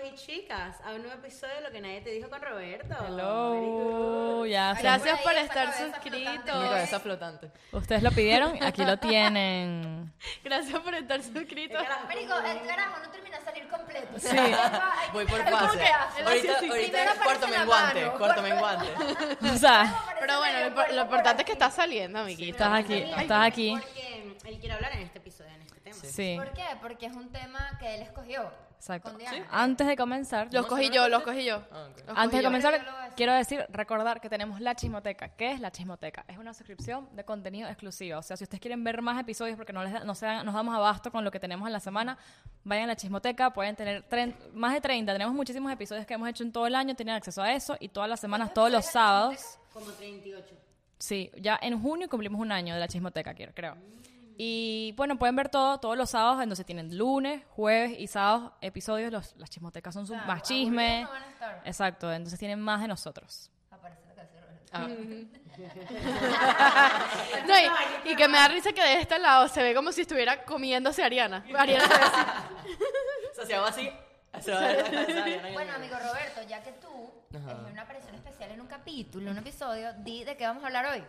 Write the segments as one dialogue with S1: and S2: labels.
S1: bienvenidas a un nuevo episodio de Lo que nadie te dijo con Roberto.
S2: Hello, ya.
S3: Ay,
S2: Gracias.
S3: Gracias
S4: Ahí
S3: por
S4: esa
S3: estar
S4: cabeza
S3: suscritos.
S4: flotante.
S2: Mi cabeza flotante.
S3: Ustedes lo pidieron, aquí lo tienen.
S2: Gracias por estar suscritos.
S4: Marico, el carajo no termina de salir completo.
S2: Sí.
S4: Voy
S2: Voy por fase. Ahorita, ahorita es cuarto menguante, cuarto menguante.
S3: O sea,
S4: Pero
S3: Pero
S4: bueno,
S3: bueno,
S4: lo impor- lo importante es que
S3: está saliendo, amiguito. Estás aquí,
S1: Ay,
S3: estás aquí.
S1: Porque él quiere hablar en este episodio, en este tema.
S3: Sí,
S4: ¿Por qué? Porque es un tema que él escogió.
S3: exacto.
S4: Con Diana.
S3: Antes de comenzar,
S5: Los cogí yo, los cogí yo.
S2: Ah, ok.
S5: Los
S3: Antes de
S5: cogí yo.
S4: Pero yo lo voy a
S3: comenzar,
S4: decir.
S3: quiero decir, recordar que tenemos la chismoteca. ¿Qué es la chismoteca? Es una suscripción de contenido exclusivo. O sea, si ustedes quieren ver más episodios porque no, les da- no se dan- nos damos abasto con lo que tenemos en la semana, vayan a la chismoteca. Pueden tener tren- más de 30. Tenemos muchísimos episodios que hemos hecho en todo el año. Tienen acceso a eso y todas las semanas, todos los sábados.
S1: Como 38.
S3: Sí, ya en junio cumplimos un año de la chismoteca, quiero- creo. Y bueno, pueden ver todo, todos los sábados, entonces tienen lunes, jueves y sábados episodios. Los- las chismotecas son sus- más chismes.
S4: aburridos Ah, no van a estar.
S3: Exacto, entonces tienen más de nosotros.
S4: Aparece la canción.
S5: No, y, y que me da risa que de este lado se ve como si estuviera comiéndose a Ariana. Ariana se ve así.
S2: O sea, se va así. Se va a ver la cabeza de Ariana
S4: Bueno,
S2: Grande.
S4: amigo Roberto, ya que tú es una aparición especial en un capítulo, en un episodio, di de qué vamos a hablar hoy.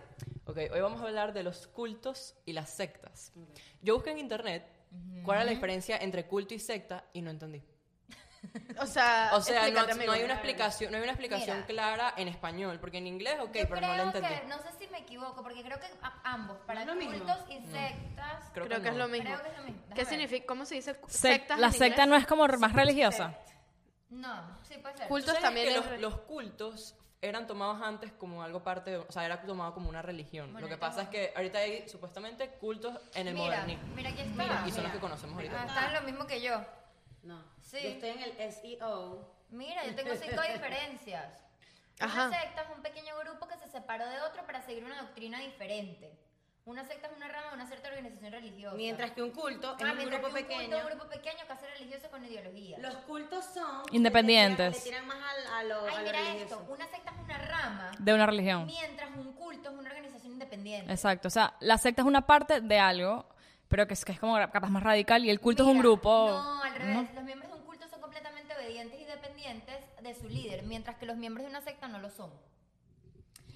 S2: Ok, hoy vamos a hablar de los cultos y las sectas. Yo busqué en internet cuál era la diferencia entre culto y secta y no entendí.
S5: O sea,
S4: Ah,
S2: O sea, no,
S5: explícate, amigo.
S2: no hay una explicación, no hay una explicación
S4: Mira.
S2: clara en español, porque en inglés, ok,
S4: Yo
S2: pero
S4: creo
S2: no la entendí.
S4: que, no sé si me equivoco, porque creo que a- ambos, para
S1: No es lo mismo.
S4: cultos y sectas,
S5: Creo, que es
S2: no.
S5: lo mismo.
S4: Creo que es lo mismo. Déjame
S5: ¿Qué
S4: ver.
S5: significa? ¿Cómo se dice?
S3: Sec-
S5: Sectas.
S3: la secta no es como más religiosa.
S4: no, sí puede ser.
S5: Cultos
S2: ¿Tú sabes
S5: también
S2: que
S5: es.
S2: los, los cultos eran tomados antes como algo parte de, o sea, era tomado como una religión.
S4: Bueno,
S2: Lo que
S4: yo tengo-
S2: pasa es que ahorita hay supuestamente cultos en el
S4: mira,
S2: modernismo
S4: mira aquí está.
S2: y son
S4: mira.
S2: los que conocemos
S4: Ah,
S2: ahorita.
S4: están lo mismo que yo.
S1: No.
S4: Sí.
S1: Yo estoy en el E SEO.
S4: Mira, yo tengo cinco diferencias.
S5: Ajá.
S4: Una secta es un pequeño grupo que se separó de otro para seguir una doctrina diferente. Una secta es una rama de una cierta organización religiosa.
S1: Mientras que un culto es
S4: Ah,
S1: un
S4: mientras
S1: grupo
S4: que un culto,
S1: pequeño.
S4: un grupo pequeño casi religioso con ideología.
S1: Los cultos son...
S3: Independientes.
S1: Le tiran, le tiran más al- a, lo, a
S4: Ay,
S1: lo
S4: mira
S1: religioso.
S4: esto, una secta es una rama,
S3: De una religión.
S4: mientras un culto es una organización independiente.
S3: Exacto, o sea, la secta es una parte de algo, pero que es, que es como capaz más radical y el culto es un
S4: Mira,
S3: grupo.
S4: No, al revés. Los miembros de un culto son completamente obedientes y dependientes de su líder, mientras que los miembros de una secta no lo son.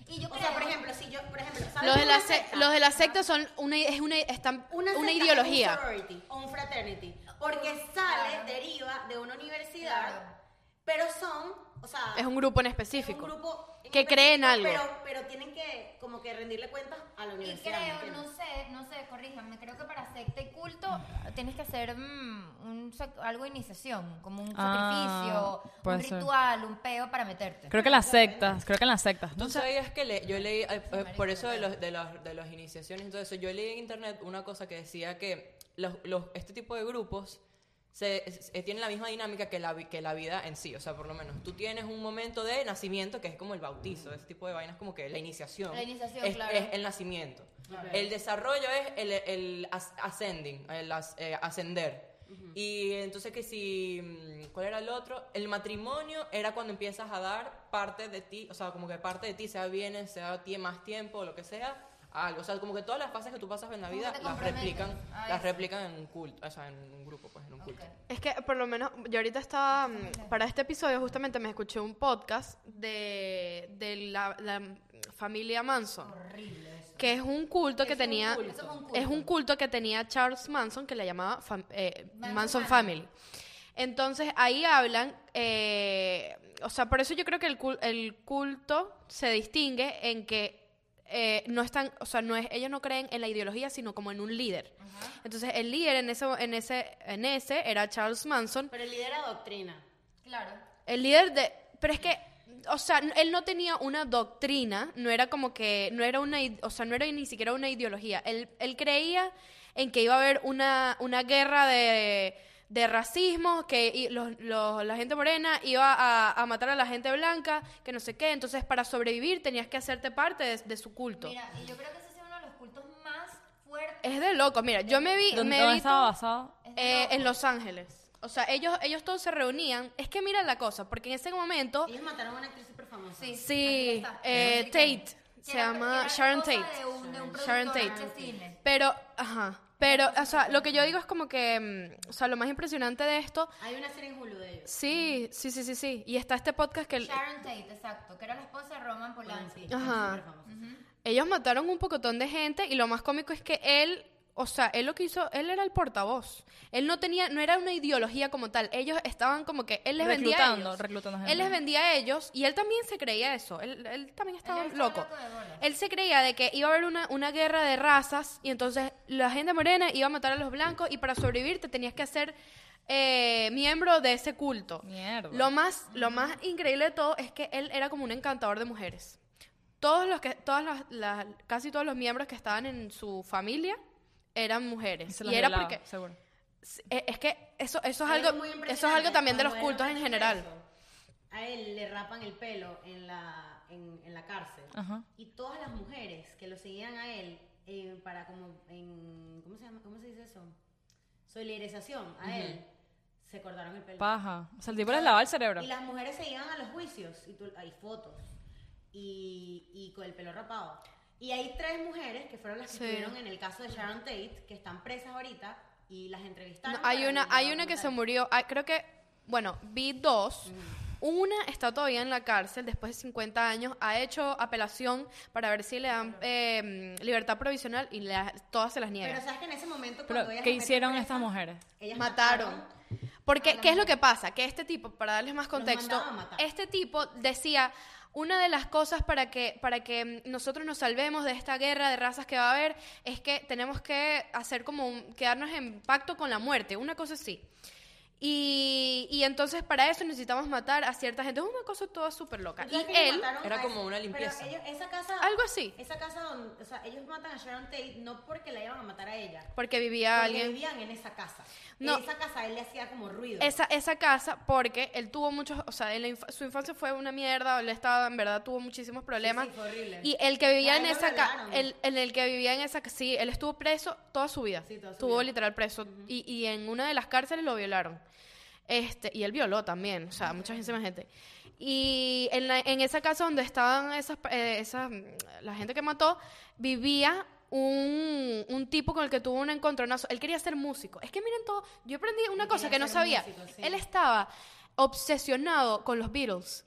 S4: Y yo
S1: O
S4: creo,
S1: sea, por ejemplo, si yo, por ejemplo, ¿sabes
S5: Los de,
S1: una
S5: la se- los de la secta son una, es una, están, una,
S1: secta es Un
S5: ideología.
S1: sorority o un fraternity. Porque sale,
S4: Claro.
S1: deriva de una universidad,
S4: Claro.
S1: pero son, o sea,
S5: Es un grupo en
S1: es un
S5: específico.
S1: grupo en
S5: Que cree en
S1: específico,
S5: algo.
S1: Pero, pero tienen que, como que rendirle cuentas a la
S4: y
S1: universidad. ¿me
S4: creo,
S1: entiendes?
S4: no sé, no sé, corríjame, creo que para secta y culto tienes que hacer mm, un sac- algo de iniciación, como un
S3: Ah,
S4: sacrificio,
S3: puede
S4: un
S3: ser.
S4: ritual, un peo para meterte.
S3: Creo que las sectas, creo que en las sectas. ¿no?
S2: ¿Tú sabías que le- yo leí, eh, eh, por eso de, los, de, las- de las iniciaciones y todo eso, yo leí en internet una cosa que decía que los, los- este tipo de grupos se, es- eh, tienen la misma dinámica que la, vi- que la vida en sí, o sea, por lo menos tú tienes un momento de nacimiento que es como el bautizo, ese tipo de vainas como que la iniciación,
S4: La iniciación,
S2: es,
S4: claro.
S2: es el nacimiento. El desarrollo es el, el as- ascending, el as- eh, ascender. Y entonces que si, mm, ¿cuál era el otro? El matrimonio era cuando empiezas a dar parte de ti, o sea, como que parte de ti, sea bienes, sea tie- más tiempo, lo que sea, a algo. O sea, como que todas las fases que tú pasas en la
S4: Como
S2: vida
S4: que te
S2: las
S4: comprometes
S2: replican,
S4: a
S2: las
S4: eso.
S2: replican en un culto, o sea, en un grupo, pues en un culto.
S5: Es que por lo menos yo ahorita estaba mm, para este episodio justamente me escuché un podcast de, de la, la familia Manson,
S4: Horrible eso.
S5: que es un culto que
S1: Es un
S5: tenía
S1: culto.
S4: Eso es un culto.
S5: es un culto que tenía Charles Manson que le llamaba fam- eh,
S4: Manson
S5: Manson, Family. Entonces ahí hablan, eh, o sea, por eso yo creo que el, cul- el culto se distingue en que eh, no están, o sea, no es, ellos no creen en la ideología, sino como en un líder. Entonces el líder en ese, en ese, en ese era Charles Manson.
S1: Pero el líder era doctrina.
S4: Claro.
S5: El líder de. Pero es que. O sea, n- él no tenía una doctrina, no era como que, no era una, id- o sea, no era ni siquiera una ideología. Él, él creía en que iba a haber una, una guerra de, de racismo, que i- los- los- la gente morena iba a, a matar a la gente blanca, que no sé qué. Entonces, para sobrevivir tenías que hacerte parte de, de su culto.
S4: Mira, y yo creo que ese es uno de los cultos más fuertes.
S5: Es de loco, mira, yo me vi,
S3: ¿Dónde
S5: me
S3: dónde
S5: vi
S3: estaba
S5: todo-
S3: basado?
S4: Es de
S5: eh,
S4: loco.
S5: en Los Ángeles. O sea, ellos, ellos todos se reunían. Es que mira la cosa, porque en ese momento
S1: Ellos mataron a una actriz súper famosa.
S4: Sí.
S5: Sí,
S4: Ahí está.
S5: eh,
S4: Sí,
S5: Tate. Se llama Sharon Tate. Sharon
S4: Sharon Tate.
S5: Tate. Pero, ajá. Pero, o sea, lo que yo digo es como que, mm, o sea, lo más impresionante de esto,
S1: Hay una serie en Hulu de ellos.
S5: sí, sí, sí, sí, sí. Y está este podcast que el-
S4: Sharon Tate, exacto, que era la esposa de Roman Polanski.
S5: Ajá.
S1: Súper famosa.
S5: ellos mataron un pocotón de gente y lo más cómico es que él, o sea, él lo que hizo, él era el portavoz. Él no tenía, no era una ideología como tal. Ellos estaban como que él les vendía a
S3: Reclutando,
S5: ellos.
S3: reclutando gente.
S5: Él les vendía a ellos y él también se creía eso. Él, él también estaba
S4: estaba
S5: loco.
S4: loco de bola.
S5: Él se creía de que iba a haber una, una guerra de razas y entonces la gente morena iba a matar a los blancos y para sobrevivir te tenías que hacer eh, miembro de ese culto.
S3: Mierda.
S5: Lo más, lo más increíble de todo es que él era como un encantador de mujeres. Todos los que, todas las, las- casi todos los miembros que estaban en su familia eran
S3: Y
S5: mujeres.
S3: se
S5: Y,
S3: los
S5: era
S3: violaba,
S5: porque
S3: seguro.
S5: es- es que eso, eso es
S1: Algo
S5: algo,
S1: muy
S5: eso es algo
S1: impresionante,
S5: también de los
S1: cuando
S5: cultos
S1: era
S5: en general.
S1: preso, A él le rapan el pelo en la, en, en la cárcel.
S5: Ah.
S3: Ajá.
S1: Y todas las mujeres que lo seguían a él eh, para como en ¿cómo se llama? ¿Cómo se dice eso? Solidarización a él. Se cortaron el pelo.
S3: Paja. O sea, el tipo les lavaba el cerebro.
S1: Y las mujeres se iban a los juicios y tú- hay fotos y, y con el pelo rapado. Y hay tres mujeres que fueron las que
S5: Sí.
S1: estuvieron en el caso de Sharon Tate que están presas ahorita y las
S5: No,
S1: entrevistaron.
S5: hay
S1: para
S5: una,
S1: averiguar
S5: hay una
S1: cómo
S5: que se
S1: tal.
S5: murió. ah, creo que, bueno, vi dos. Una está todavía en la cárcel después de 50 años. Ha hecho apelación para ver si le dan eh, libertad provisional y la- todas se las
S1: Pero
S5: niegan.
S1: sabes que en ese momento
S3: Pero,
S1: cuando ellas
S3: ¿qué
S1: se meten
S3: hicieron
S1: presas,
S3: estas mujeres?
S1: Ellas
S5: Mataron. Porque, ¿qué es lo que pasa? Que este tipo, para darles más contexto,
S1: mandaban a matar.
S5: este tipo decía, una de las cosas para que, para que nosotros nos salvemos de esta guerra de razas que va a haber es que tenemos que hacer como un- quedarnos en pacto con la muerte, una cosa así. Y, y entonces para eso necesitamos matar a cierta gente. Es una cosa toda súper loca.
S1: ¿Tú
S5: Y
S1: sabes que ellos
S5: él...
S1: mataron
S2: era
S1: a
S2: como
S1: esa-
S2: una
S1: pero
S2: limpieza.
S1: ellos- esa casa,
S5: Algo así.
S1: Esa casa donde, o sea, ellos matan a Sharon Tate no porque la iban a matar a ella.
S5: Porque vivía
S1: porque
S5: alguien...
S1: vivían en esa casa.
S5: No.
S1: En esa casa él le hacía como ruido.
S5: esa, esa casa porque él tuvo muchos, o sea, en la inf- su infancia fue una mierda, él estaba, en verdad, tuvo muchísimos problemas.
S1: Sí, sí, fue horrible.
S5: Y el que vivía
S1: Ah,
S5: en
S1: él lo
S5: esa casa,
S1: violaron.
S5: el, en el que vivía en esa ca- sí, él estuvo preso toda su vida,
S1: Sí, toda su
S5: estuvo
S1: vida.
S5: literal preso y, y en una de las cárceles lo violaron. Este, y él violó también, o sea, muchísima gente. Y en, la- en esa casa donde estaban esas, eh, esas, mm, la gente que mató, vivía un, un tipo con el que tuvo un encontronazo. Él quería ser músico. Es que miren todo, yo aprendí una
S1: Él
S5: cosa
S1: quería
S5: que no
S1: ser
S5: sabía.
S1: músico, sí.
S5: Él estaba obsesionado con los Beatles.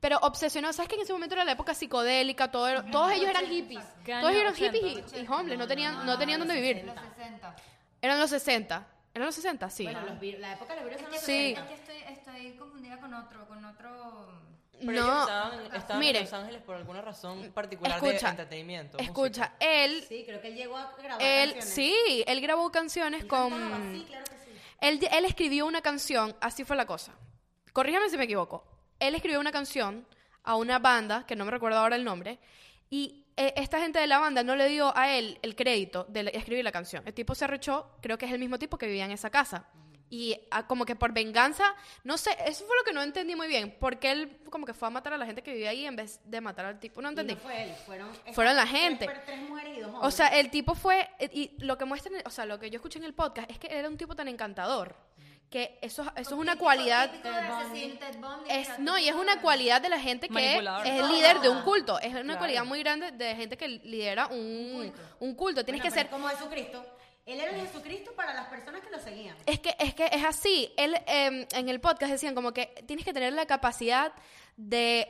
S5: Pero obsesionado, ¿sabes que en ese momento era la época psicodélica? todo era- todos ellos eran hippies.
S3: ¿Qué
S5: Todos
S3: año?
S5: ellos eran
S3: 80,
S5: hippies y, y homeless, no tenían, no
S1: Ah,
S5: tenían dónde vivir.
S4: Los 60.
S5: Eran los 60. ¿Eran los 60? Sí.
S1: Bueno, los vir- la época de los virus son los
S5: Sí.
S4: Es
S1: 60.
S4: que estoy, estoy confundida con otro, con otro...
S2: Pero ellos
S5: No. ah,
S2: estaban, estaban
S5: Miren.
S2: en Los Ángeles por alguna razón particular
S5: Escucha.
S2: de entretenimiento.
S5: Escucha,
S2: música.
S5: él,
S1: Sí, creo que él llegó a grabar
S5: él,
S1: canciones.
S5: sí, um, él grabó canciones
S1: Él
S5: con...
S1: cantaba, Sí, claro que sí.
S5: Él, él escribió una canción, así fue la cosa. Corrígeme si me equivoco. Él escribió una canción a una banda, que no me recuerdo ahora el nombre, y eh, esta gente de la banda no le dio a él el crédito de la- escribir la canción. El tipo se arrechó, creo que es el mismo tipo que vivía en esa casa. Y ah, como que por venganza, no sé, eso fue lo que no entendí muy bien, porque él como que fue a matar a la gente que vivía ahí en vez de matar al tipo,
S1: Y
S5: no entendí.
S1: no fue él, fueron,
S5: Fueron la
S1: tres-
S5: gente.
S1: Tres, mujeres y dos hombres.
S5: O sea, el tipo fue, y lo que muestran, o sea, lo que yo escuché en el podcast es que era un tipo tan encantador, que eso, eso es una
S4: Típico-
S5: cualidad...
S4: típico de
S1: Ted Bundy.
S4: asesino, Ted Bundy,
S5: Es,
S4: era
S5: no, y es
S4: típico
S5: una
S4: de-
S5: cualidad de la gente que es
S3: Manipulador.
S5: el
S1: Toda.
S5: líder de un culto. Es una
S3: Claro.
S5: cualidad muy grande de gente que lidera un, un culto. Tienes
S1: Bueno,
S5: que
S1: pero
S5: ser...
S1: Como Jesucristo. Él era el Jesucristo para las personas que lo seguían.
S5: Es que, es que es así. Él, em, en el podcast decían como que tienes que tener la capacidad de...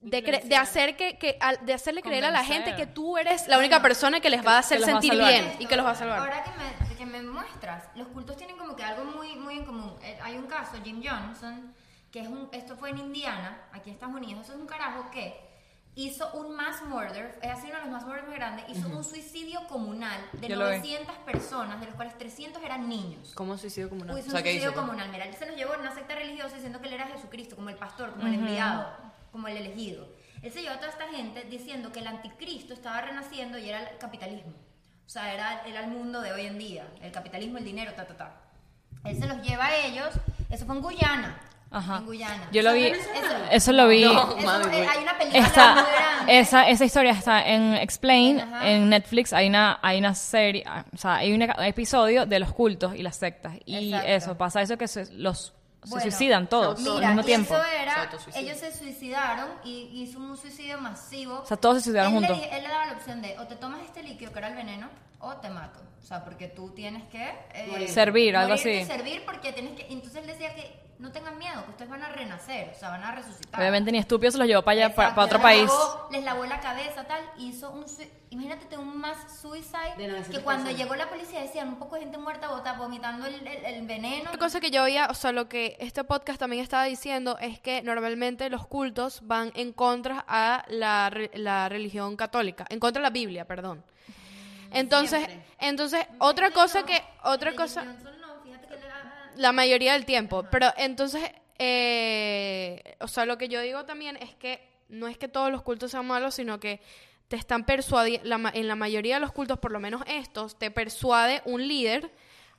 S5: De, cre- de
S1: Influenciar.
S5: hacer que, que al- de hacerle creer a la gente que
S3: Convencer.
S5: tú eres la única persona que les va a hacer
S3: los va a
S5: sentir
S3: salvar.
S5: bien y que los va a salvar.
S4: Ahora que me, que me muestras, los cultos tienen como que algo muy, muy en común. Eh, Hay un caso, Jim Johnson, que es un, esto fue en Indiana, aquí en Estados Unidos, eso es un carajo que hizo un mass murder, es así uno de los mass murders más grandes, hizo un suicidio comunal de
S3: Yo lo vi.
S4: 900 personas, de los cuales 300 eran niños.
S2: ¿Cómo suicidio comunal?
S4: Uy, es un suicidio comunal. Mira, él se los llevó a una secta religiosa diciendo que él era Jesucristo, como el pastor, como el enviado, como el elegido. Él se llevó a toda esta gente diciendo que el anticristo estaba renaciendo y era el capitalismo. O sea, era, era el mundo de hoy en día. El capitalismo, el dinero, ta, ta, ta. Él se los lleva a ellos. Eso fue en Guyana.
S3: Ajá.
S4: En Guyana.
S3: Yo lo
S4: Eso-
S3: vi.
S4: Eso,
S3: Eso lo vi.
S2: No.
S4: eso-
S2: Mami,
S4: eh,
S2: güey.
S4: hay una película muy
S3: Esta,
S4: grande.
S3: esa, esa historia está en Explain,
S4: Ajá.
S3: en Netflix hay una, hay una serie, ah, o sea, hay una- un episodio de los cultos y las sectas. Y
S4: Exacto.
S3: eso, pasa eso que se- los se suicidan todos
S4: Mira,
S3: al mismo
S4: y
S3: tiempo.
S4: eso
S2: Se
S4: era,
S2: autosuicidan.
S4: ellos se suicidaron y hizo un suicidio masivo.
S3: O sea, todos se suicidaron
S4: él le
S3: juntos.
S4: di- él le daba la opción de o te tomas este líquido que era el veneno o te mato. O sea, porque tú tienes que eh,
S1: Morir.
S3: Servir, algo
S4: morirte y
S3: así.
S4: Servir porque tienes que. Entonces él decía que no tengan miedo, que ustedes van a renacer, o sea, van a resucitar.
S3: Obviamente ni estúpido se los llevó para allá, para,
S4: Exacto,
S3: para otro
S4: les
S3: país.
S4: lavó- les lavó la cabeza, tal. Hizo un. sui- Imagínate, tengo un más suicide.
S1: De 900
S4: que cuando
S1: personas.
S4: llegó la policía decían un poco de gente muerta, bota- vomitando el, el- el veneno.
S5: Otra cosa que yo oía, o sea, lo que este podcast también estaba diciendo es que normalmente los cultos van en contra a la, re- la religión católica, en contra de la Biblia, perdón. Entonces,
S1: siempre.
S5: entonces otra cosa que otra
S4: Magic
S5: cosa
S4: Johnson no, fíjate que le da-
S5: la mayoría del tiempo, pero entonces eh, o sea, lo que yo digo también es que no es que todos los cultos sean malos, sino que te están persuadiendo en la mayoría de los cultos, por lo menos estos, te persuade un líder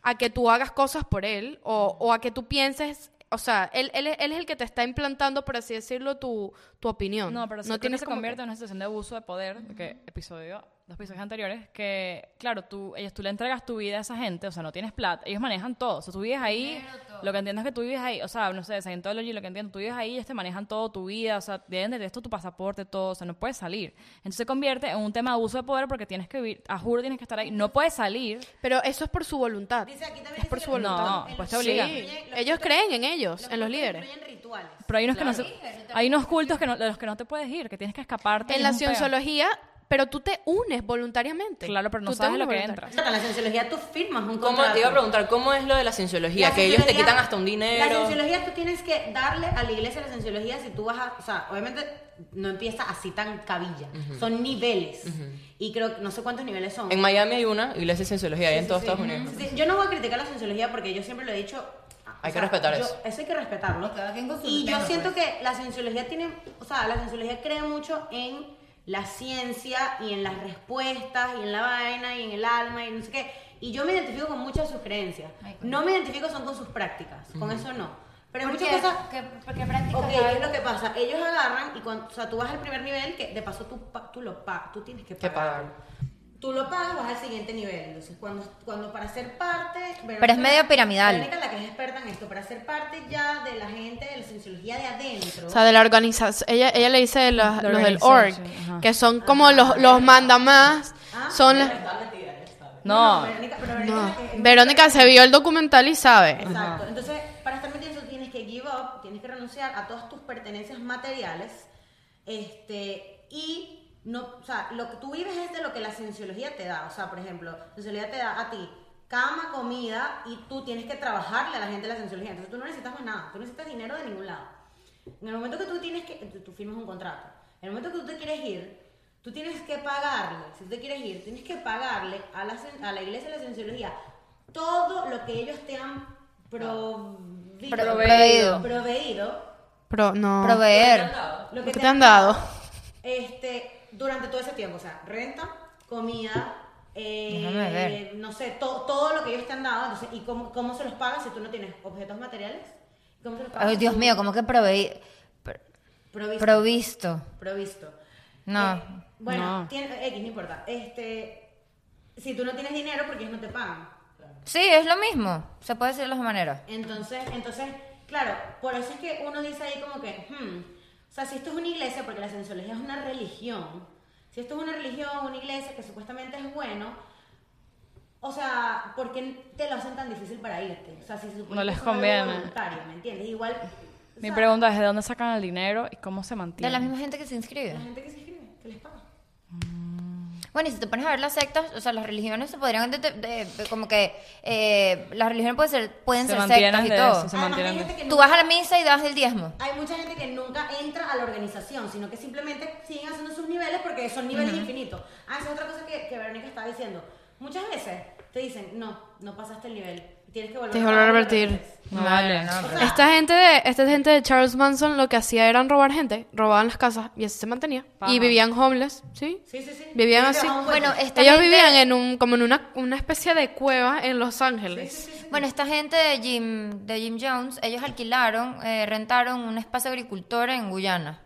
S5: a que tú hagas cosas por él o, o a que tú pienses, o sea, él, él, es- él es el que te está implantando, por así decirlo, tu, tu opinión.
S3: No, pero no
S5: tienes
S3: se
S5: como que-
S3: convierte en una situación de abuso de poder, que episodio, dos episodios anteriores, que claro, tú, ellos, tú le entregas tu vida a esa gente, o sea, no tienes plata, ellos manejan todo, o sea, tú vives ahí, lo que entiendo es que tú vives ahí, o sea, no sé, Scientology, lo que entiendo, tú vives ahí, ellos te manejan todo, tu vida, o sea, deben de esto, tu pasaporte, todo, o sea, no puedes salir. Entonces se convierte en un tema de abuso de poder porque tienes que vivir, a juro tienes que estar ahí, no puedes salir.
S5: Pero eso es por su voluntad.
S1: Dice aquí también
S5: es por
S1: dice
S5: su
S1: que los
S5: voluntad.
S1: cultos-
S3: No, pues te
S1: los
S3: obligan.
S1: cultos
S5: Sí,
S1: incluyen- los
S5: ellos
S1: cultos-
S5: creen en ellos, en los
S1: cultos
S5: líderes.
S1: incluyen rituales.
S3: Pero hay unos que no se, hay unos cultos que no- de los que no te puedes ir, que tienes que escaparte. y
S5: En la
S3: es un peo.
S5: cienciología, pero tú te unes voluntariamente.
S3: Claro, pero no
S5: Tú te
S3: sabes
S5: unes
S3: lo que
S5: voluntaria-
S3: entras.
S1: Para la cienciología tú firmas un
S2: ¿Cómo,
S1: contrato.
S2: te iba a preguntar, ¿cómo es lo de la cienciología?
S1: La
S2: que ellos te
S1: cienciología-
S2: quitan hasta un
S1: La
S2: dinero.
S1: cienciología tú tienes que darle a la iglesia la cienciología si tú vas a, o sea, obviamente no empieza así tan cabilla, son niveles y creo que no sé cuántos niveles son.
S2: En Miami hay una iglesia de cienciología, hay en todos Estados Unidos.
S1: Sí, yo no voy a criticar la cienciología porque yo siempre lo he dicho. ah, o
S2: Hay que respetar
S1: yo-
S2: eso.
S1: Eso hay que respetarlo.
S4: Y cada quien con su
S1: Y yo
S4: tema,
S1: siento
S4: pues.
S1: que la cienciología tiene, o sea, la cienciología cree mucho en la ciencia y en las respuestas y en la vaina y en el alma y no sé qué. Y yo me identifico con muchas de sus creencias.
S4: Ay, con-
S1: No me identifico son con sus prácticas, con eso no. Pero hay
S4: ¿Por
S1: muchas
S4: qué?
S1: cosas
S4: ¿Qué- porque prácticas
S1: Ok,
S4: hay?
S1: ¿qué es lo que pasa? Ellos agarran y cuando, o sea, tú vas al primer nivel, que de paso tú, pa- tú lo pa- tú tienes que
S2: Que
S1: pagar.
S2: pagar.
S1: Tú lo pagas, vas al siguiente nivel. Entonces, cuando, cuando para ser parte...
S4: Pero es medio piramidal.
S1: Verónica, la que es experta en esto, para ser parte ya de la gente de la cienciología de adentro...
S5: O sea, de la organización. Ella, ella le dice los, los del org,
S3: organización, ajá.
S5: que son como los, los mandamás.
S1: Ah,
S5: Son las-
S3: No,
S1: Verónica, pero Verónica
S5: No.
S1: es la que-
S5: Verónica se vio el documental y sabe.
S1: Exacto. Entonces, para estar metido en eso tienes que give up, tienes que renunciar a todas tus pertenencias materiales. Este, y no, o sea, lo que tú vives es de lo que la cienciología te da. O sea, por ejemplo, la cienciología te da a ti cama, comida, y tú tienes que trabajarle a la gente de la cienciología. Entonces tú no necesitas más nada, tú no necesitas dinero de ningún lado. En el momento que tú tienes que, tú, tú firmas un contrato, en el momento que tú te quieres ir, tú tienes que pagarle, si tú te quieres ir, tienes que pagarle a la, cien- a la iglesia de la cienciología todo lo que ellos te han provi-
S4: Proveído.
S1: proveído,
S5: Pero no.
S4: Proveer.
S1: lo
S5: ¿Qué
S1: que
S5: te han dado?
S1: este, durante todo ese tiempo, o sea, renta, comida, eh,
S4: Déjame ver.
S1: no sé, to- todo lo que ellos te han dado, entonces, ¿y cómo, cómo se los pagas si tú no tienes objetos materiales? ¿Cómo se los pagas?
S4: Ay, Dios mío, ¿cómo que proveí? pr-
S1: Provisto.
S4: Provisto.
S1: provisto.
S4: No.
S1: Eh, bueno,
S3: No.
S1: tiene- X, no importa. Este, si tú no tienes dinero, porque ellos no te pagan.
S4: Sí, es lo mismo. Se puede decir de las dos maneras.
S1: Entonces, entonces, claro, por eso es que uno dice ahí como que, hmm, o sea, si esto es una iglesia, porque la cienciología es una religión, si esto es una religión, una iglesia que supuestamente es bueno, o sea, ¿por qué te lo hacen tan difícil para irte? O sea, si se supone
S3: No
S1: que
S3: les
S1: es algo
S3: conviene.
S1: voluntario, ¿me entiendes? Igual, o
S3: mi
S1: sea,
S3: pregunta es, ¿de dónde sacan el dinero y cómo se mantiene?
S4: De la misma gente que se inscribe. Mm.
S1: la gente que se inscribe, que les paga.
S4: Bueno, y si te pones a ver las sectas, o sea, las religiones se podrían, de- de- de- de- como que, eh, las religiones pueden ser, pueden
S3: Se
S4: ser
S3: mantienen
S4: sectas y
S3: de
S4: todo.
S3: eso,
S1: Además,
S3: Se
S1: hay
S3: mantienen
S1: gente
S3: de-
S1: que
S4: Tú
S1: nunca-
S4: vas a la misa y das el diezmo.
S1: hay mucha gente que nunca entra a la organización, sino que simplemente siguen haciendo sus niveles porque son niveles infinitos. Ah, esa es otra cosa que, que Verónica estaba diciendo. Muchas veces te dicen, no, no pasaste el nivel, tienes que volver
S5: Te volver a
S1: pagar
S5: advertir.
S1: otra vez".
S3: No vale.
S5: Esta gente, de, esta gente de Charles Manson lo que hacía eran robar gente, robaban las casas y así se mantenía. Y
S3: Paja.
S5: vivían homeless, ¿sí?
S1: Sí, sí, sí.
S5: Vivían
S1: Yo
S5: así.
S1: trabajaba un
S4: Bueno,
S1: puesto.
S4: esta
S5: Ellos
S4: gente-
S5: vivían en un, como en una, una especie de cueva en Los Ángeles.
S4: Bueno, esta gente de Jim, de Jim Jones, ellos alquilaron, eh, rentaron un espacio agricultor en Guyana.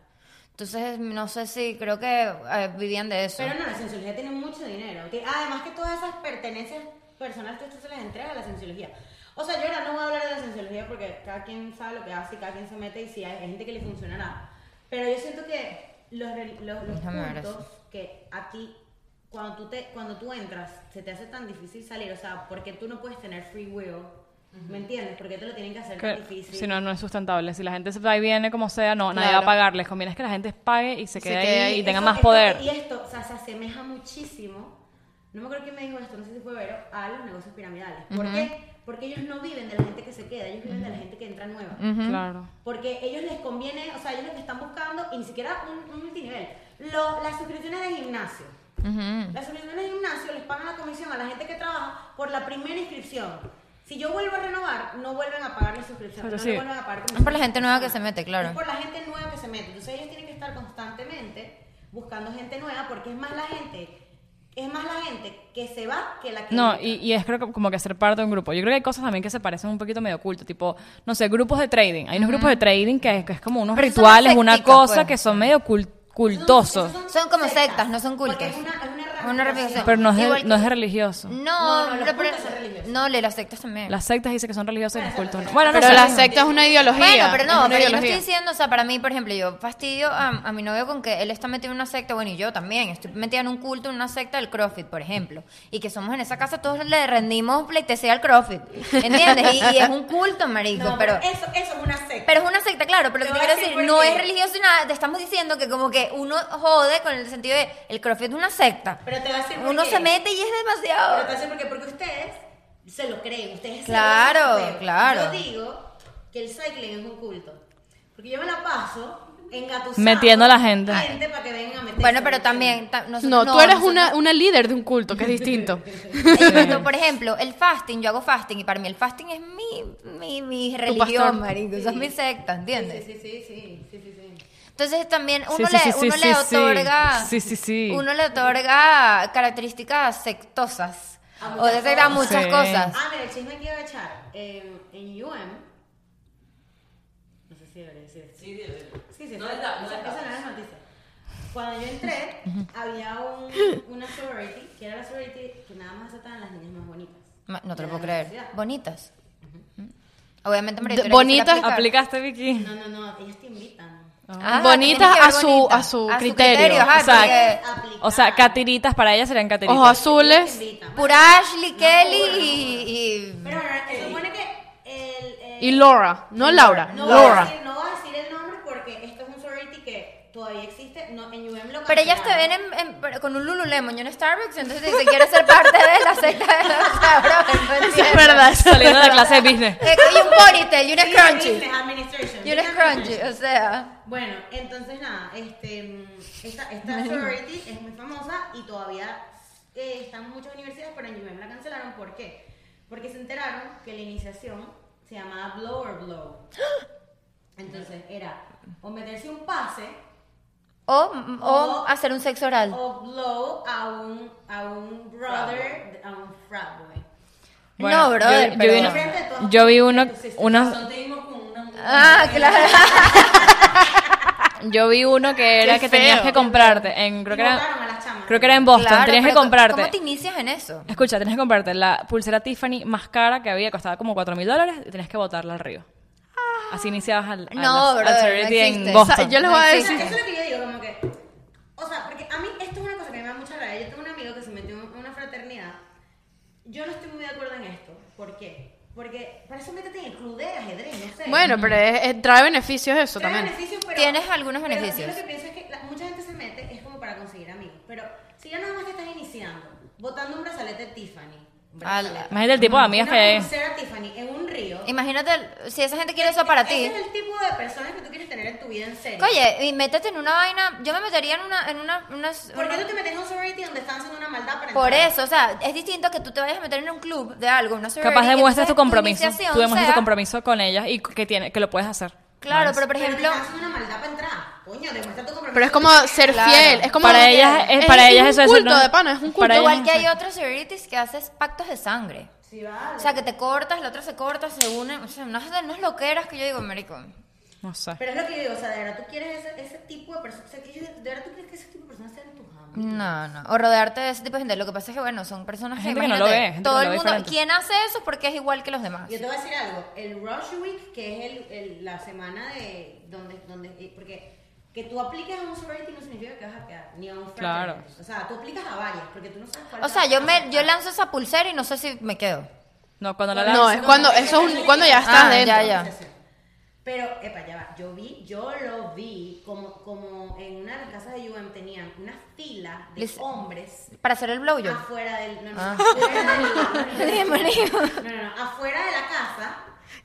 S4: Entonces, no sé si, creo que eh, vivían de eso.
S1: Pero no, la cienciología tiene mucho dinero. Ti- Además que todas esas pertenencias personas que esto se les entrega a la cienciología. O sea, yo ahora no voy a hablar de la cienciología porque cada quien sabe lo que hace y cada quien se mete y si hay, hay gente que le funciona nada. Pero yo siento que los, rel- los, los
S2: Déjame ver
S1: puntos que a ti, cuando tú, te, cuando tú entras, se te hace tan difícil salir. O sea, porque tú no puedes tener free will. ¿Me entiendes? Porque te lo tienen que hacer
S3: Que,
S1: tan difícil.
S3: si no, no es sustentable. Si la gente se va y viene como sea, no, nadie va a
S5: Claro.
S3: pagarles. Conviene es que la gente pague y se
S5: Se
S3: quede
S5: quede
S3: ahí
S5: ahí.
S3: y tenga
S1: Eso-
S3: más
S1: esto-
S3: poder.
S1: Y esto, o sea, se asemeja muchísimo, no me acuerdo quién me dijo esto, no sé si fue Vero, a los negocios piramidales. ¿Por qué? Porque ellos no viven de la gente que se queda, ellos viven de la gente que entra nueva.
S3: Claro.
S1: Porque ellos les conviene, o sea, ellos lo que están buscando, y ni siquiera un, un multinivel, Lo- las suscripciones de gimnasio. Las suscripciones de gimnasio les pagan la comisión a la gente que trabaja por la primera inscripción. Si yo vuelvo a renovar, no vuelven a pagar la suscripción.
S3: Pero
S1: no
S3: sí.
S1: le vuelven a pagar comisión.
S4: Es por la gente nueva que se mete, claro.
S1: Es por la gente nueva que se mete. Entonces ellos tienen que estar constantemente buscando gente nueva porque es más la gente, es más la gente que se va que la que
S3: No,
S1: entra.
S3: y, y es creo que como que ser parte de un grupo. Yo creo que hay cosas también que se parecen un poquito medio oculto, tipo, no sé, grupos de trading. Hay unos grupos de trading que es, que es como unos
S4: Pero son
S3: rituales, una
S4: secticas,
S3: cosa
S4: pues.
S3: que son medio cul-
S1: Esos
S3: cultosos.
S1: esos
S4: Son como sectas, no son cultos.
S1: Porque es una, es una
S4: Una
S1: ramificación.
S4: ramificación.
S3: pero no es, de-
S4: Igual que- Mm.
S3: no es de religioso.
S4: No,
S1: No, no, los
S4: pero-
S1: cultos son religiosos.
S4: no, le las sectas también.
S3: Las sectas dicen que son religiosas y los cultos no.
S1: Pero
S3: Bueno, no
S5: Pero
S3: sé.
S5: la secta es una ideología.
S4: Bueno, pero
S5: es
S4: no,
S5: una
S4: pero yo no
S5: ideología.
S4: estoy diciendo, o sea, para mí, por ejemplo, yo fastidio a, a mi novio con que él está metido en una secta, bueno, y yo también, estoy metida en un culto, en una secta del CrossFit, por ejemplo, y que somos en esa casa, todos le rendimos pleitesía al CrossFit, ¿entiendes? Y, y es un culto, marico,
S1: No,
S4: pero...
S1: pero eso, eso es una secta.
S4: Pero es una secta, claro, pero lo
S1: Te voy
S4: que te
S1: a
S4: quiero
S1: decir
S4: decir,
S1: por
S4: no
S1: qué.
S4: es religioso y nada, te estamos diciendo que como que uno jode con el sentido de, el CrossFit es una secta.
S1: Pero te voy a decir por
S4: Uno
S1: qué.
S4: se mete y es
S1: Pero
S4: demasiado...
S1: te voy a decir por qué, porque ustedes se lo creen, ustedes se lo
S4: Claro,
S1: hacen feo.
S4: claro.
S1: Yo digo que el cycling es un culto. Porque yo me la paso engatusando
S3: Metiendo a la gente.
S1: para que vengan a meterse.
S4: Bueno, pero también... ta- nosotros-
S5: No, tú eres
S4: nosotros-
S5: una, una líder de un culto, que es distinto.
S4: Exacto, por ejemplo, el fasting, yo hago fasting y para mí el fasting es mi, mi, mi
S5: pastor.
S4: religión, marico, o sea, es mi secta, ¿entiendes?
S1: Sí, sí, sí, sí, sí, sí, sí.
S4: Entonces también
S3: Sí,
S4: uno
S3: sí, sí,
S4: le,
S3: sí,
S4: uno
S3: sí,
S4: le
S3: sí.
S4: otorga,
S3: Sí, sí, sí.
S4: uno le otorga características sectosas
S1: A
S4: o
S1: muchas
S4: de a
S1: cosas.
S4: muchas
S3: Sí.
S4: cosas.
S1: Ah, mira, el chisme que iba a echar. En, en UM. No sé si debería decir esto.
S2: Sí,
S1: Sí, sí,
S2: No
S1: esa-
S2: es la- no
S1: esa-
S2: es la-
S1: esa no es la noticia. Cuando yo entré, había un, una sorority, que era la sorority que nada más aceptaban las niñas más bonitas.
S4: Ma- No te lo
S1: De
S4: puedo
S1: la
S4: creer.
S1: universidad.
S4: Bonitas. Obviamente, María
S5: De-
S4: Victoria quisiera
S5: bonitas,
S4: aplicar.
S3: Aplicaste, Vicky.
S1: No, no, no, ellas te invitan.
S4: Ajá,
S5: Bonitas
S4: tienen Ah, que
S5: a
S4: ver
S5: su-
S4: bonita.
S5: a su criterio,
S4: ajá,
S5: o sea,
S4: porque
S1: Aplicaban.
S3: O sea, catiritas para ellas serían catiritas.
S5: Ojos
S1: Ellas te
S5: azules.
S1: invitan.
S4: pura Ashley, Kelly
S1: no, no, no.
S4: y- y
S1: Pero bueno, se supone que el... el-
S5: Y Laura, no Laura,
S1: no Voy a
S5: Laura.
S1: decir, no voy a decir el nombre porque esto es un sorority que todavía existe. No, en UM lo
S4: Pero ellas te
S1: cancelaron.
S4: ven en- en- pero con un Lululemon y un Starbucks, entonces te dicen, ¿quieres ser parte de la secta de los cabrones? No
S5: Eso es
S4: entiendo.
S5: verdad. eso es
S3: Saliendo de la
S5: verdad.
S3: clase de business.
S4: Eh, Y un Ponytail y una
S1: Sí,
S4: Crunchy.
S1: business administration,
S4: Y una
S1: business
S4: Crunchy,
S1: administration.
S4: o sea.
S1: Bueno, entonces nada, este, mm, esta, esta sorority es muy famosa y todavía eh, están muchas universidades, pero en UVM la cancelaron. ¿Por qué? Porque se enteraron que la iniciación se llamaba blower blow. Entonces era o meterse un pase
S4: O, o
S1: O-
S4: hacer un sexo oral.
S1: o blow a un, a un brother, a un frat boy.
S4: No, brother,
S3: yo,
S4: pero-
S3: vi,
S1: Enfrente de todas-
S3: yo vi uno,
S1: de tus sisters.
S3: unos-
S2: Son te dimos con una
S4: Ah, claro.
S3: yo vi uno que era
S5: Qué
S3: que tenías
S5: feo.
S3: que comprarte. En, creo,
S1: Y
S3: que era,
S1: botaron a las chamas.
S3: creo que era en Boston.
S4: Claro,
S3: tenías que
S4: pero co-
S3: comprarte.
S4: ¿Cómo te inicias en eso?
S3: Escucha, tenías que comprarte la pulsera Tiffany más cara que había, costaba como 4 mil dólares y tenías que botarla al río. Así iniciabas al, a
S4: No,
S3: las- al
S4: brother, no
S3: sorority en
S4: existe.
S5: O
S3: Boston.
S5: sea, yo les voy a
S1: O sea,
S5: decir.
S1: eso es lo que yo digo, como que. O sea, porque a mí esto es una cosa que me da mucha rabia. Yo tengo un amigo que se metió en una fraternidad. Yo no estoy muy de acuerdo en esto. ¿Por qué? Porque para eso métete en el club de ajedrez, no sé.
S5: Bueno, pero es- es- trae beneficios eso
S1: Trae
S5: también.
S1: beneficios, pero-
S4: Tienes algunos
S1: pero
S4: beneficios.
S1: Yo lo que pienso es que la- mucha gente se mete es como para conseguir amigos. Pero si ya nada más te estás iniciando, botando un brazalete Tiffany. un
S4: Al-
S1: brazalete,
S3: Imagínate el tipo de amigas
S1: una
S3: que hay.
S1: pulsera Tiffany en un río.
S4: Imagínate, el- si esa gente quiere eso para ti.
S1: Ese es el tipo de personas que tú quieres tener en tu vida en serio.
S4: Oye, y métete en una vaina. Yo me metería en una. En una, unas-
S1: ¿Por qué tú te metes en un sorority donde están haciendo una maldad para
S4: Por
S1: entrar?
S4: eso, o sea, es distinto que tú te vayas a meter en un club de algo, una sorority,
S3: Capaz
S4: que
S3: demuestras tu
S4: entonces
S3: compromiso.
S4: iniciación
S3: Tú demuestras
S4: sea-
S3: tu compromiso con ellas y que, tiene, que lo puedes hacer.
S4: Claro,
S3: Nice.
S4: pero por ejemplo,
S1: Pero te estás haciendo una maldad para entrar. Coño, demuestra tu compromiso.
S5: Pero es como ser
S4: Claro.
S5: fiel. Es como
S3: Para ellas es- para ellas eso
S5: un
S3: es
S5: culto
S3: una-
S5: de pana, es un culto.
S3: para ellas-
S4: igual que hay otros sororities que haces pactos de sangre.
S1: Sí, vale.
S4: O sea, que te cortas, la otra se corta, se unen, o sea, unas, unas loqueras que yo digo, marico.
S3: No sé.
S1: Pero es lo que yo digo, o sea, de verdad tú quieres ese, ese tipo de personas, o sea, que yo- de verdad tú quieres que ese tipo de personas sean tus amigos.
S4: No, no. O rodearte de ese tipo de gente. Lo que pasa es que, bueno, son personas
S3: Gente
S4: que,
S3: que no lo
S4: imagínate,
S3: ve, gente
S4: todo
S3: que
S4: el
S3: lo ve
S4: mundo.
S3: diferente.
S4: ¿Quién hace eso? Porque es igual que los demás.
S1: Yo te voy a decir algo, el Rush Week, que es el, el- la semana de donde, donde, eh, porque que tú apliques a un sorority no significa que vas a quedar, ni a un fraternity.
S3: Claro.
S1: O sea, tú aplicas a varias, porque tú no sabes cuál
S4: O
S1: te
S4: sea,
S1: va a
S4: yo me,
S1: tocar.
S4: yo lanzo esa pulsera y no sé si me quedo.
S3: No, cuando la
S5: No, es cuando, eso es un- cuando ya estás
S4: Ah,
S5: dentro.
S4: ya, ya.
S1: Pero, epa, ya va. Yo vi, yo lo vi como, como en una de las casas de UM tenían una fila de
S4: Les-
S1: hombres
S4: Para hacer el blow yo.
S1: afuera del. No, no,
S4: Ah.
S1: afuera del- no,
S4: Bienvenido.
S1: no, no, afuera de la casa.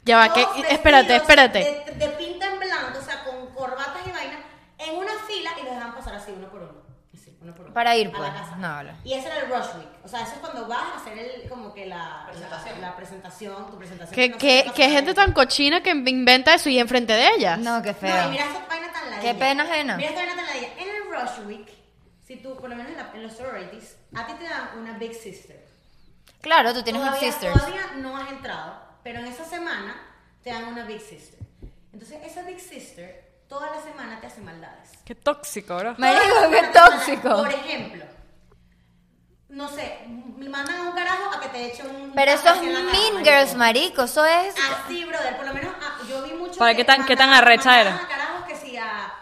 S5: Ya va, que-
S1: todos vestidos
S5: espérate, espérate.
S1: De, de pinta en blanco, o sea, con corbatas y vainas, en una fila y los dejan pasar así, uno por uno. Así, uno por uno.
S4: Para ir,
S1: A la
S4: pues.
S1: casa.
S4: No, vale.
S1: Y ese era el Rush Week. O sea, eso es cuando vas a hacer el, como que la presentación, la, la presentación tu presentación.
S5: ¿Qué,
S1: no sé
S5: qué,
S1: pasa
S5: qué gente
S1: ahí.
S5: tan cochina que inventa eso y enfrente de ellas?
S4: No, qué feo.
S1: No, y mira esta vaina tan ladilla.
S4: Qué pena ajena.
S1: Mira esta vaina tan ladilla. En el Rush Week, si tú, por lo menos en, la- en los sororities, a ti te dan una Big Sister.
S4: Claro, tú tienes un
S1: todavía,
S4: sisters.
S1: Todavía no has entrado, pero en esa semana te dan una Big Sister. Entonces, esa Big Sister toda la semana te hace maldades.
S3: Qué tóxico, bro.
S4: Me digo
S1: Toda la
S4: que
S1: semana,
S4: tóxico.
S1: Por ejemplo, no sé, me mandan a un carajo a que te eche un.
S4: Pero eso es
S1: en la cara,
S4: Mean
S1: marico.
S4: Girls, marico. Eso es.
S1: Así, brother, por lo menos ah, yo vi mucho.
S3: ¿Para
S1: que
S3: qué tan- qué tan
S1: mandaban-
S3: arrecha era?
S1: mandaban a carajos que sí a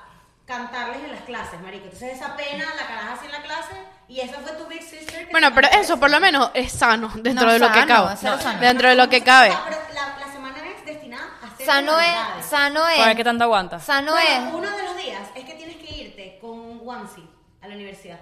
S1: cantarles en las clases, marico. Entonces, esa pena, la caraja así en la clase, y esa fue tu Big Sister. que
S5: Bueno,
S1: te
S5: pero
S1: mandó.
S5: eso por lo menos es sano dentro
S4: No,
S5: de lo que
S4: sano,
S5: cabe.
S4: cero sano.
S5: Dentro de lo que
S1: O
S5: cabe.
S1: sea, pero la, la semana es destinada a hacer
S4: Sano es.
S1: manualidades.
S4: Sano
S3: Para ver
S4: es.
S3: qué tanto aguanta.
S4: Sano
S1: Bueno,
S4: es.
S1: Uno de los días es que tienes que irte con un onesie a la universidad.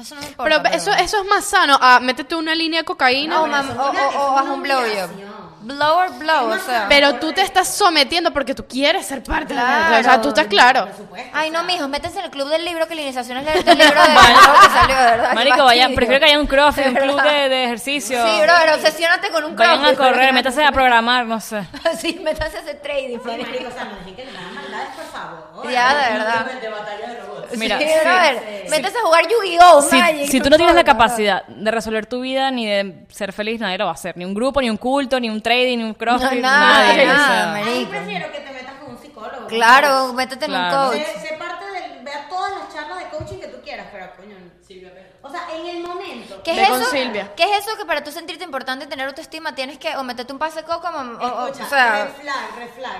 S4: Eso no me importa.
S5: Pero eso, eso es más sano. Ah, métete una línea de cocaína.
S4: O,
S1: pero
S4: mam-
S1: eso es
S4: o,
S1: una-
S4: o, o
S1: es
S4: haz
S1: una
S4: un blow job.
S1: humillación.
S4: Blow or blow, o
S1: Es más
S4: sea.
S5: Pero tú te estás sometiendo porque tú quieres ser parte de la
S4: Claro.
S5: O sea, tú estás claro.
S1: Por supuesto.
S4: Ay,
S1: o
S4: no,
S1: sea,
S4: mijos, métanse en el club del libro que la iniciación es la- del libro de Bro, que salió, de verdad. qué
S3: Marico, vayan,
S4: fastidio.
S3: prefiero que haya un crossfit, un
S4: De
S3: club
S4: verdad.
S3: de, de ejercicio.
S4: Sí, brother, obsesiónate con un
S3: Vayan a
S4: crossfit.
S3: correr, métase a programar, no sé.
S4: Sí, métanse a hacer trading,
S1: Sí,
S4: marico.
S1: marico, o sea, no dejen que le hagan maldades, por favor.
S4: Ya, de verdad.
S2: De batalla de robots.
S3: Mira,
S4: sí,
S3: sí,
S4: brother,
S1: sí.
S4: métase a jugar Yu-Gi-Oh!
S3: Si,
S4: Magic,
S3: si tú
S4: por
S3: no tienes la
S4: favor, brother.
S3: capacidad de resolver tu vida ni de ser feliz, nadie lo va a hacer. Ni un grupo, ni un culto, ni un trading, ni un crossfit,
S4: No, nada,
S3: nadie. o
S4: nada,
S3: sea.
S4: marico.
S1: Ay, prefiero que te metas con un psicólogo.
S4: Claro, métete en
S3: Claro.
S4: un
S1: Sé,
S4: coach.
S1: sé parte del. Vea todas las charlas de coaching que tú quieras, pero coño. no. O sea, en el momento.
S4: ¿Qué
S5: Ve
S4: es,
S5: con
S4: eso?
S5: Silvia.
S4: ¿Qué es eso que para tú sentirte importante y tener autoestima tienes que o meterte un pase de coco o, o- o- o
S1: Escucha, eh,
S4: sea,
S1: red flag, red flag.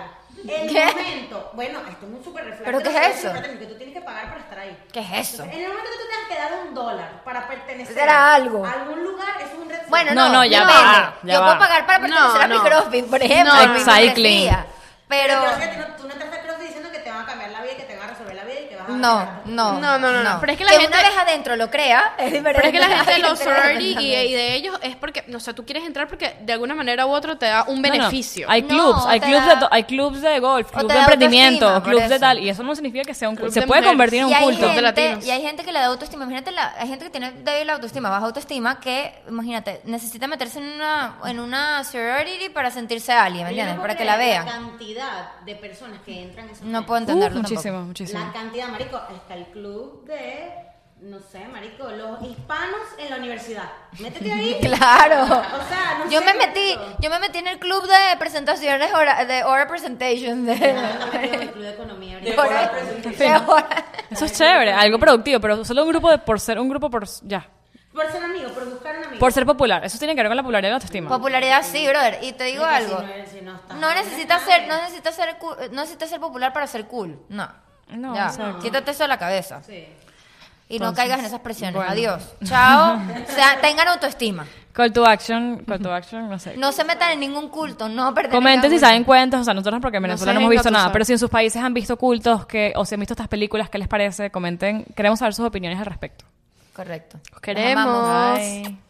S1: El
S4: ¿Qué?
S1: momento. Bueno, esto es un super red flag.
S4: ¿Pero
S1: de
S4: qué
S1: los
S4: es
S1: servicios
S4: eso?
S1: de fraternity, Que tú tienes que pagar para estar ahí.
S4: ¿qué es eso?
S1: En el momento que tú tengas que dar un dólar para pertenecer
S4: Será algo.
S1: a algún lugar, eso es un red flag.
S4: Bueno, no,
S3: No, no, ya
S4: depende.
S3: va, ya
S4: Yo
S3: va.
S4: puedo pagar para pertenecer
S5: No,
S4: a mi
S5: no.
S4: CrossFit, por ejemplo.
S5: No,
S4: en mi membresía.
S3: cycling.
S1: pero.
S4: Pero
S1: es que tú no- tú no te estás crossfit diciendo que te van a cambiar la vida, y que te van a resolver la vida y que vas a.
S4: no, no,
S5: No, no, no, no. Pero es que la gente-
S4: una vez adentro lo crea, es diferente.
S5: Pero es que la gente de los
S4: Pero
S5: sorority y,
S4: también.
S5: y de ellos es porque, no sé, tú quieres entrar porque de alguna manera u otra te da un
S3: No, no.
S5: beneficio.
S3: Hay
S4: No,
S3: clubs, hay
S4: te
S3: clubs,
S4: da-
S3: de, to- hay clubs de golf,
S4: te
S3: clubs
S4: da
S3: de emprendimiento,
S4: autoestima, por
S3: clubs de
S4: eso.
S3: tal, y eso no significa que sea un
S5: Club
S3: culto. Se
S5: de
S3: puede
S5: mujeres.
S3: convertir en
S4: y
S3: un
S4: hay
S3: culto.
S5: de
S4: gente,
S5: latinos.
S4: y hay gente que le da autoestima. Imagínate, la, hay gente que tiene débil autoestima, baja autoestima, que, imagínate, necesita meterse en una, en una sorority para sentirse alguien, ¿me
S1: Yo no
S4: entiendes?
S1: puedo
S4: Para que
S1: creer
S4: la vean.
S1: La cantidad de personas que entran en esos
S4: No
S1: clubes.
S4: puedo
S3: Uh,
S4: entenderlo
S3: muchísimo, muchísimo.
S1: La cantidad, marico, está el club de, no sé, marico, los hispanos en la universidad. Métete ahí.
S4: tampoco. Claro.
S1: O sea, no
S4: yo
S1: sé,
S4: me metí,
S1: marico.
S4: yo me metí en el club de presentaciones, hora- de oral presentations.
S1: Ah, está metido en el club de economía. ahorita.
S4: Por ahí.
S3: presentation.
S4: De hora-
S3: Eso es chévere, algo productivo, pero solo un grupo de, por ser un grupo por ya,
S1: Por ser amigo, por buscar un amigo.
S3: por ser popular. Eso tiene que ver con la popularidad y la autoestima.
S4: Popularidad sí, brother. Y te digo
S1: Marico,
S4: algo.
S1: si no- si no estás-
S4: No necesitas ser, no necesitas ser, cu- eh, no necesitas ser popular para ser cool. No.
S3: No,
S4: Ya.
S3: exacto.
S4: Quítate eso de la cabeza.
S1: Sí.
S4: Y no caigas en esas presiones.
S3: bueno.
S4: Adiós. Chao. O sea, tengan autoestima.
S3: Call to action, call to action, no sé.
S4: No se metan en ningún culto. No pertenezcan
S3: Comenten si
S4: a
S3: saben cuentos, o sea, nosotros porque en Venezuela no,
S5: sean
S3: hemos visto nada,
S5: engatusados.
S3: pero si en sus países han visto cultos que, o si han visto estas películas, ¿qué les parece? Comenten, queremos saber sus opiniones al respecto.
S4: Correcto.
S5: Los queremos.
S4: amamos.
S3: Bye.